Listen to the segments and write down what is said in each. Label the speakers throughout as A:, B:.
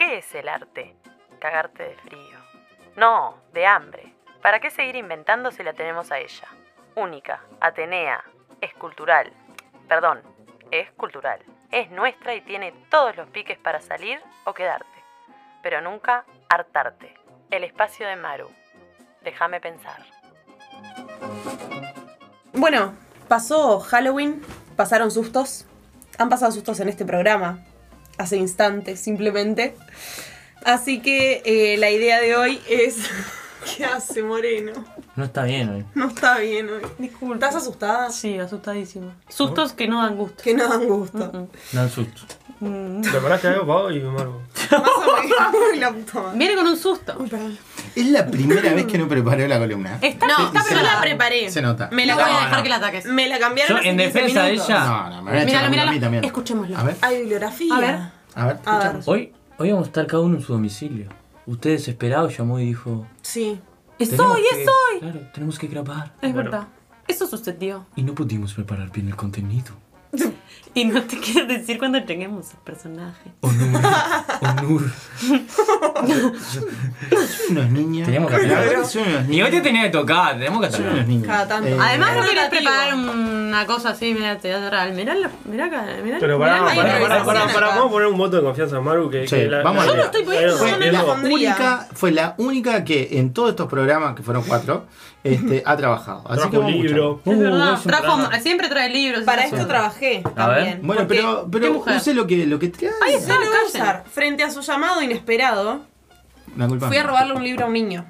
A: es el arte? Cagarte de frío. No, de hambre. ¿Para qué seguir inventando si la tenemos a ella? Única, Atenea, es cultural. Perdón, es cultural. Es nuestra y tiene todos los piques para salir o quedarte. Pero nunca hartarte. El espacio de Maru. Déjame pensar.
B: Bueno, pasó Halloween, pasaron sustos. Han pasado sustos en este programa, hace instantes simplemente. Así que eh, la idea de hoy es... ¿Qué hace Moreno?
C: No está bien eh. hoy.
B: No está bien hoy. Disculpa. ¿Estás asustada?
D: Sí, asustadísima. Sustos que no dan gusto.
B: Que no dan gusto.
C: Dan susto.
D: Mm.
E: ¿Preparaste algo para hoy, Margo?
B: Más o menos. Uy, la puta madre.
D: Viene con un susto.
B: Uy, perdón.
F: Es la primera vez que no preparó la columna.
D: Está,
B: No,
D: está
F: se
B: yo
F: la-
B: la
D: preparada.
B: preparé.
F: Se nota.
B: Me la,
D: No voy a
B: cambiaron-
D: dejar que la ataques.
B: me la cambiaron.
C: Yo,
B: hace
C: en
B: 15
C: defensa de
B: minutos.
C: ella,
F: No, no, me voy a echar
D: Míralo,
F: la culpa a mí
D: míralo.
F: también.
D: Escuchémoslo.
F: A ver,
B: Hay bibliografía.
D: A ver.
F: a ver,
B: A ver.
F: escuchamos.
C: hoy, hoy vamos a estar cada uno en su domicilio. Usted desesperado llamó y dijo...
B: Sí.
D: Es
C: "Tenemos
D: hoy,
C: que-
D: es hoy.
C: Claro, tenemos que grabar.
D: Es verdad. Eso sucedió.
C: Y no pudimos preparar bien el contenido.
D: Y no te quiero decir cuando lleguemos al personaje.
C: Honor, honor.
F: Son unos niños.
C: Teníamos que hablar.
F: Son unos
C: Ni
F: niños.
C: hoy te tenía que tocar, tenemos que
F: Son unos
C: atacar.
F: niños.
B: Cada tanto.
F: Eh,
D: Además, no
B: Es
D: querés
B: rotativo.
D: preparar una cosa así, mirá, te voy a cerrar. Mirá, lo- mirá acá, mirá.
E: Pero
D: mirá
E: pará,
D: la
E: pará, pará, pará,
D: improvisación
E: pará,
D: acá.
E: pará, vamos a poner un voto de confianza a Maru que,
F: Sí,
E: que la,
F: vamos a
E: la-
F: Yo no
D: estoy poniendo,
E: la-
F: Fue
B: Yo no
F: la
B: la pondría.
F: única, fue la única que en todos estos programas, que fueron cuatro, este, ha trabajado. Así
E: trajo
F: que vamos
E: un
F: a
E: libro.
D: Es verdad,
C: es un
D: trajo-
C: drama.
D: siempre trae libros.
B: Para
D: esas
B: esto
D: cosas.
B: trabajé.
C: A ver.
B: también,
F: Bueno,
B: porque
F: pero,
D: ¿qué
F: pero
D: mujer?
F: use lo que, lo que trae.
B: yo lo voy a
D: Cállense.
B: usar. Frente a su llamado inesperado,
F: La culpa
B: fui a
F: mía.
B: robarle un libro a un niño.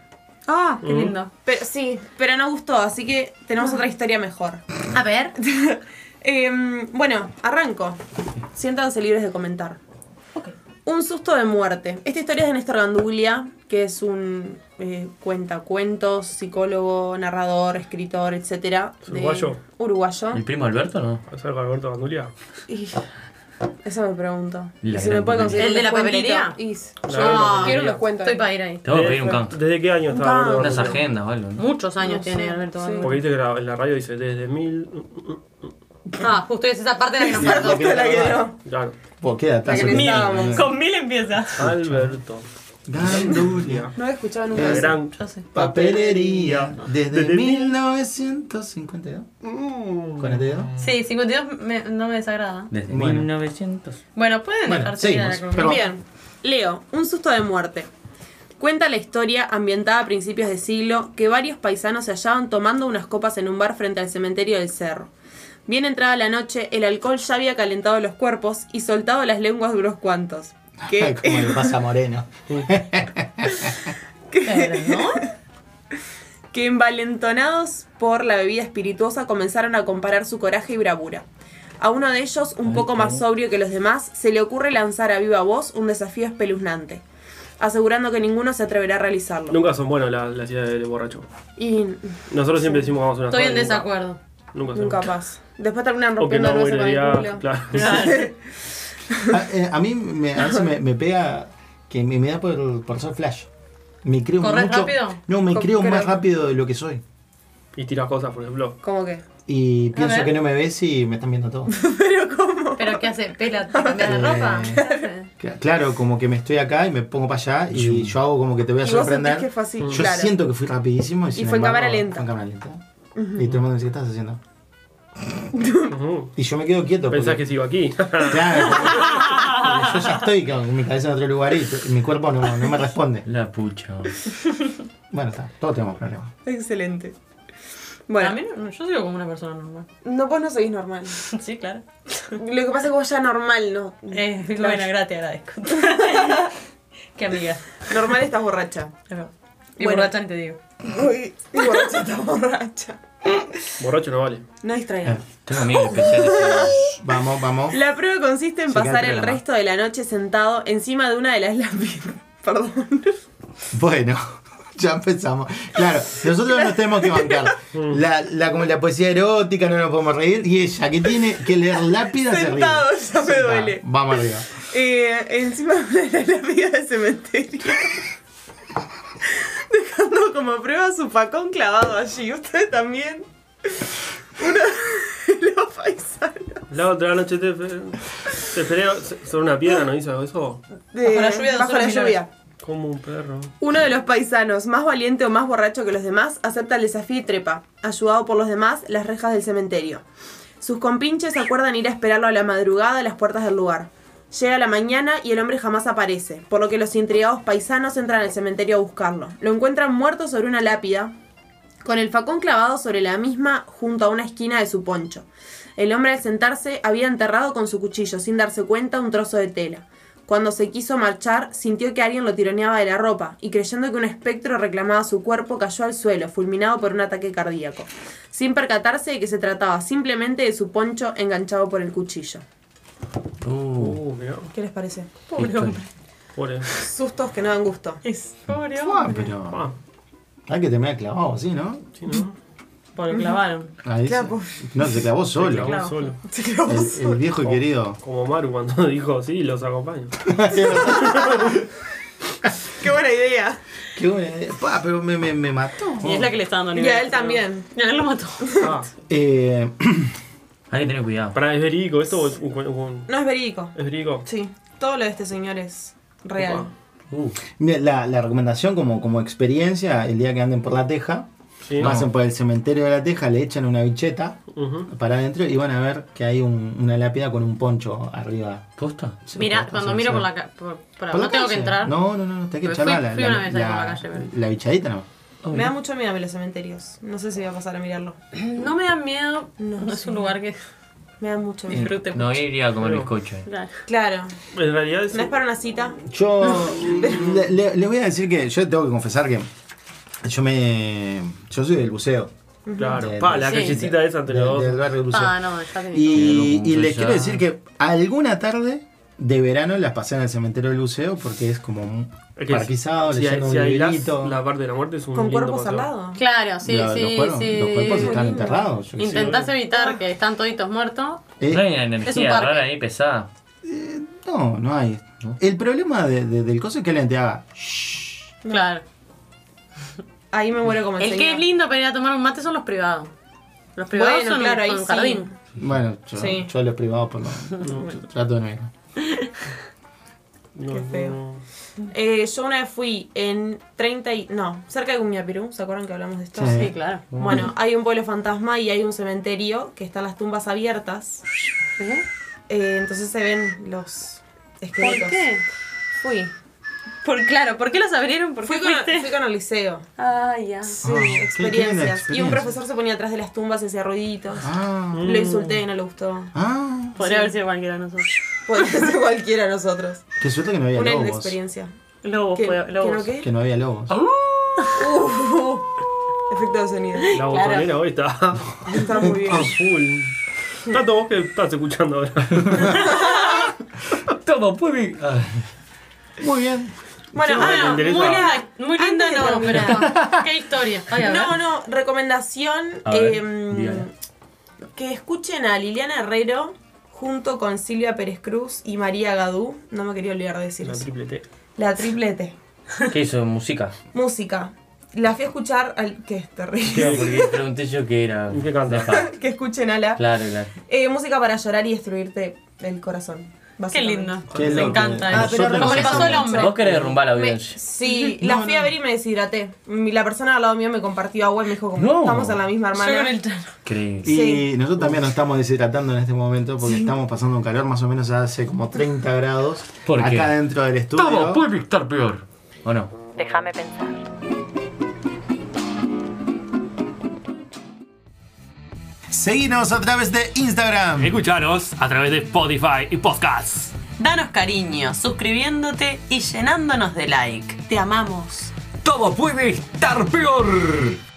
D: Ah, qué lindo. Ah.
B: Pero, sí, pero no gustó, así que tenemos otra historia mejor.
D: A ver.
B: Em, bueno, arranco. Siéntanse libres de comentar. Un susto de muerte. Esta historia es de Néstor Gandulia, que es un eh, cuentacuentos, psicólogo, narrador, escritor, etc.
E: Uruguayo.
B: Uruguayo.
C: ¿El primo Alberto no?
E: ¿Vas a ver Alberto Gandulia?
B: Y- Eso me pregunto.
C: La
B: Y si
C: gran
B: me puede conseguir
D: ¿El
B: un
D: de la
B: descuentito.
D: papelería?
B: Y-
E: La gran
B: Yo quiero
E: papelería.
B: un descuento.
D: Estoy para ir ahí.
C: Te vamos a pedir un canto.
E: ¿Desde qué año estaba
B: canto.
E: Alberto
C: Unas
E: Gandulia?
C: agendas o algo, ¿no?
D: Muchos años
B: No
D: tiene
B: sé,
D: Alberto.
B: sí.
E: Porque viste que la, en la radio dice desde mil.
D: Ah, justo es esa parte de la que
F: Sí,
D: nos faltó.
F: porque la verdad-
E: Claro.
F: Vos, quédate, hace
B: que
F: que-
B: necesitábamos.
D: Con mil empieza.
E: Alberto.
F: Gandulia.
B: No lo he escuchado nunca.
E: La
F: Eh,
E: gran.
D: Yo sé.
F: Papelería desde,
E: Desde
F: 1952.
B: Uh.
F: ¿42?
D: Sí, 52 me- no me desagrada.
C: Desde
F: Bueno.
C: 1900.
D: Bueno, pueden
F: Bueno,
D: dejar seguir a la
F: seguimos.
D: columna.
B: Bien, leo, un susto de muerte. Cuenta la historia, ambientada a principios de siglo, que varios paisanos se hallaban tomando unas copas en un bar frente al cementerio del cerro. Bien entrada la noche, el alcohol ya había calentado los cuerpos y soltado las lenguas de unos cuantos. Que,
F: Como le pasa a Moreno.
D: Pero, ¿no?
B: que envalentonados por la bebida espirituosa comenzaron a comparar su coraje y bravura. A uno de ellos, un poco más sobrio que los demás, se le ocurre lanzar a viva voz un desafío espeluznante, asegurando que ninguno se atreverá a realizarlo.
E: Nunca son buenos las las ideas del borracho.
B: Y
E: Nosotros siempre decimos vamos a una
D: Estoy en
E: sola y nunca-
D: desacuerdo.
E: Nunca hacemos.
B: Nunca pasa. Después terminan
E: O que
B: rompiendo
E: no
B: el
E: voy
B: hueso
E: de
B: con el
E: viaje.
B: culo.
E: Claro.
F: A, eh, a mí me, a veces me, me pega que me, me da por, por ser flash. Me creo
D: ¿Corres
F: mucho.
D: rápido?
F: No, me
B: Co-
F: creo más
B: creo.
F: rápido de lo que soy.
E: Y tiras cosas, por ejemplo.
B: ¿Cómo que?
F: Y pienso
D: ver.
F: que no me ves y me están viendo todo.
D: ¿Pero qué hace? ¿Pela? ¿Te cambias de
F: Eh.
D: ropa? ¿Qué hace?
F: Cla- Claro, como que me estoy acá y me pongo para allá y yo hago como que te voy a
B: Y vos sentís
F: sorprender.
B: que fue así,
F: Yo
B: claro.
F: siento que fui rapidísimo y, sin
B: fue en
F: embargo,
B: cámara lenta.
F: fue en cámara lenta. Y todo el mundo me dice, ¿qué estás haciendo?
E: Ujú.
F: Y yo me quedo quieto.
E: Pensás
F: porque-
E: que sigo aquí.
F: Claro. porque yo ya estoy con mi cabeza en otro lugar y t- mi cuerpo no, no me responde.
C: La pucha.
F: Bueno, está, todos tenemos problemas.
B: Excelente.
D: A
B: Bueno,
D: mí no- yo sigo como una persona normal.
B: no, vos no seguís normal.
D: Sí, claro.
B: Lo que pasa es que vos ya normal no.
D: Eh, bueno, gracias, agradezco. qué amiga.
B: Normal estás borracha.
D: Es verdad. Y
B: Bueno.
D: borracha ni te digo.
B: Uy, y borracha estás borracha.
E: Borracho no vale.
B: No distraigas.
C: Tengo amigos especiales.
F: Vamos, vamos.
B: La prueba consiste en
F: Se queda
B: pasar
F: entre
B: el
F: la mano.
B: resto de la noche sentado encima de una de las lápidas. Perdón.
F: Bueno, ya empezamos. Claro, nosotros nos tenemos que bancar. La, la- como la poesía erótica, no nos podemos reír. Y ella, que tiene que leer lápida, se ríe.
B: Sentado, ya me
F: Sentado.
B: duele.
F: Vamos arriba.
B: Eh, encima de la lápida del cementerio. Dejando como prueba su facón clavado allí. Usted también. Los paisanos.
E: La otra noche te, pe- te peleó sobre una piedra, ¿no hizo eso?
B: De-
D: Bajo la lluvia, dos
B: bajo
D: horas
B: la
D: sin
B: lluvia.
D: hablar.
E: Como un perro.
B: Uno de los paisanos, más valiente o más borracho que los demás, acepta el desafío y trepa, ayudado por los demás, las rejas del cementerio. Sus compinches acuerdan ir a esperarlo a la madrugada a las puertas del lugar. Llega la mañana y el hombre jamás aparece, por lo que los intrigados paisanos entran al cementerio a buscarlo. Lo encuentran muerto sobre una lápida, con el facón clavado sobre la misma junto a una esquina de su poncho. El hombre al sentarse había enterrado con su cuchillo, sin darse cuenta, un trozo de tela. Cuando se quiso marchar, sintió que alguien lo tironeaba de la ropa y creyendo que un espectro reclamaba su cuerpo, cayó al suelo, fulminado por un ataque cardíaco, sin percatarse de que se trataba simplemente de su poncho enganchado por el cuchillo.
C: Uh,
E: Uh, mirá.
D: ¿Qué les parece?
C: Pobre hombre.
E: Pobre.
B: Sustos que no dan gusto.
D: Es pobre
F: Ah,
D: hombre.
F: pero.
E: Ah,
F: Hay que terminar clavado, ¿sí, no?
E: sí, ¿no?
D: Porque lo clavaron.
F: Ahí se-
B: Clavo.
F: No, se clavó solo.
E: Clavó
D: Claro.
E: solo.
F: El, el viejo y querido.
E: Como Maru cuando dijo, sí, los acompaño.
B: ¡Qué buena idea!
F: Qué buena idea. Pa, pero me, me- me mató.
D: Y es la que le está dando
B: Y
D: nivel.
B: a él también.
D: Y a él lo mató.
E: Ah,
F: Eh,
C: Hay que tener cuidado.
E: para, ¿es verídico esto? o es- o- o-
B: No es verídico.
E: ¿Es verídico?
B: Sí, todo lo de este señor es real.
E: Opa.
C: Uh,
F: mira, la, la recomendación como, como experiencia, el día que anden por la teja,
E: Sí.
F: pasen por el cementerio de la teja, le echan una bicheta
E: Ujú.
F: para adentro y van a ver que hay un- una lápida con un poncho arriba.
C: ¿Posta?
D: Mira,
F: Sí,
D: cuando
F: sí,
D: miro
F: sí.
D: por la calle. Por, para-
F: Por la
D: no tengo que
F: calle.
D: entrar.
F: No, no, no, no, te hay que
D: Pero
F: echarla
D: fui-
F: la,
D: fui una
F: la-
D: vez ahí por la
F: la-
D: calle, pero-
F: la bichadita no.
C: Oh,
B: Me da mucho miedo a mí los cementerios. No sé si voy a pasar a mirarlo.
D: No me dan miedo.
B: No,
D: No, es
B: sí.
D: un lugar que
B: Me da mucho miedo.
D: disfrute
C: no
D: mucho.
C: iría a comer bizcocho. eh.
D: Claro.
B: Claro.
E: En realidad es...
B: No es para una cita.
F: Yo le, le- les voy a decir que yo tengo que confesar que yo me yo soy del buceo.
E: Claro,
F: Del-
E: pa, la
D: Sí.
E: callecita esa entre
F: del-
E: los
F: del
E: dos.
F: barrio del buceo.
D: Ah, no, ya te digo.
F: Y,
C: Pero
F: y
C: confesá.
F: les quiero decir que alguna tarde de verano las pasé en el cementerio del buceo porque es como un
E: Es que
F: parquizado,
E: si,
F: leyendo
E: si
F: un
E: aislás
F: librito.
E: la parte de la muerte es un
B: Con
E: lindo
B: cuerpos al
E: paseo.
B: lado.
D: Claro, sí,
F: La-
D: sí,
F: los, cuerpos,
D: sí.
F: los cuerpos están
B: lindo.
F: enterrados. yo qué sé.
D: Intentás evitar que están toditos muertos.
F: Eh,
C: No hay una
D: un
C: energía
D: parque.
C: rara ahí pesada.
F: no, no hay. El problema de- de- del coso es que alguien te haga.
D: Claro.
B: Ahí me muero como
D: El que
B: lindo.
D: es lindo para ir a tomar un mate son los privados. Los privados
B: Bueno,
D: son
B: claro,
D: con
B: ahí sí.
D: jardín.
F: Bueno, yo,
B: Sí.
F: yo a los privados por lo trato de no ir.
E: No,
B: Qué
E: no,
B: feo.
E: no.
B: Eh, yo una vez fui en 30 y... No, cerca de Guña, Perú. ¿Se acuerdan que hablamos de esto?
F: Sí.
D: Sí, claro.
B: Bueno, hay un pueblo fantasma y hay un cementerio que están las tumbas abiertas. Eh, entonces se ven los esqueletos.
D: ¿Por qué?
B: Fui.
D: Por claro, ¿por qué los abrieron? ¿Por
B: Fui
D: qué
B: con,
D: fuiste?
B: fui con el liceo.
D: Ay, ya.
B: Sí,
F: Ah, qué- qué linda
B: experiencias. Y un
F: experiencia.
B: profesor se ponía atrás de las tumbas y hacía ruiditos.
F: Ah,
B: Lo insulté, no le gustó.
F: ah.
D: Podría haber sido cualquiera de nosotros.
B: Podría ser cualquiera de nosotros.
F: Qué suerte que no había
B: Una linda
F: lobos.
B: experiencia.
D: Lobos,
B: ¿Qué-
D: fue-
B: qué no
D: lobos.
B: qué?
F: Que no había lobos.
E: Ah.
B: Uh, efecto de sonido.
E: La botonera hoy está
B: Está muy bien.
E: a full. Tanto vos que estás escuchando ahora.
C: Toma, puede.
F: Muy bien.
B: Bueno,
E: Sí,
B: ah,
E: me interesa.
B: muy linda-
D: Ay, muy linda,
B: Antes de
D: no, pero.
B: terminar.
D: ¿Qué historia? Ay, a ver.
B: No, no, recomendación.
C: A ver,
B: em,
C: dígala.
B: que escuchen a Liliana Herrero junto con Silvia Pérez Cruz y María Gadú. No me quería olvidar de decir
E: La
B: eso.
E: triple T.
B: La triple T.
C: ¿Qué hizo? ¿Música?
B: Música. La fui a escuchar al. que es terrible.
C: Claro, porque pregunté yo qué era.
E: ¿Qué canta?
C: Deja.
B: que escuchen a la.
C: Claro, claro.
B: Eh, música para llorar y destruirte el corazón.
D: Qué
B: básicamente.
D: lindo. Me
F: Qué loco.
D: encanta.
F: Ah,
D: eso.
F: pero
D: Como le
F: reconoce
D: pasó al
B: mucho.
D: hombre.
C: Vos querés derrumbar la
B: Me-
C: audiencia.
B: sí, la fui a ver y me deshidraté. Mi- La persona al lado mío me compartió agua y me dijo como
C: No.
B: estamos en la misma
D: Yo con
B: hermana.
D: el Tano.
C: Increíble.
F: Y
B: Sí.
F: nosotros también nos estamos deshidratando en este momento porque estamos pasando un calor más o menos hace como 30 grados
C: ¿Por qué?
F: acá dentro del estudio.
C: puede estar peor. ¿O no?
A: Déjame pensar.
F: Seguinos a través de Instagram.
G: Escucharos a través de Spotify y podcasts.
D: Danos cariño, suscribiéndote y llenándonos de like. Te amamos.
G: Todo puede estar peor.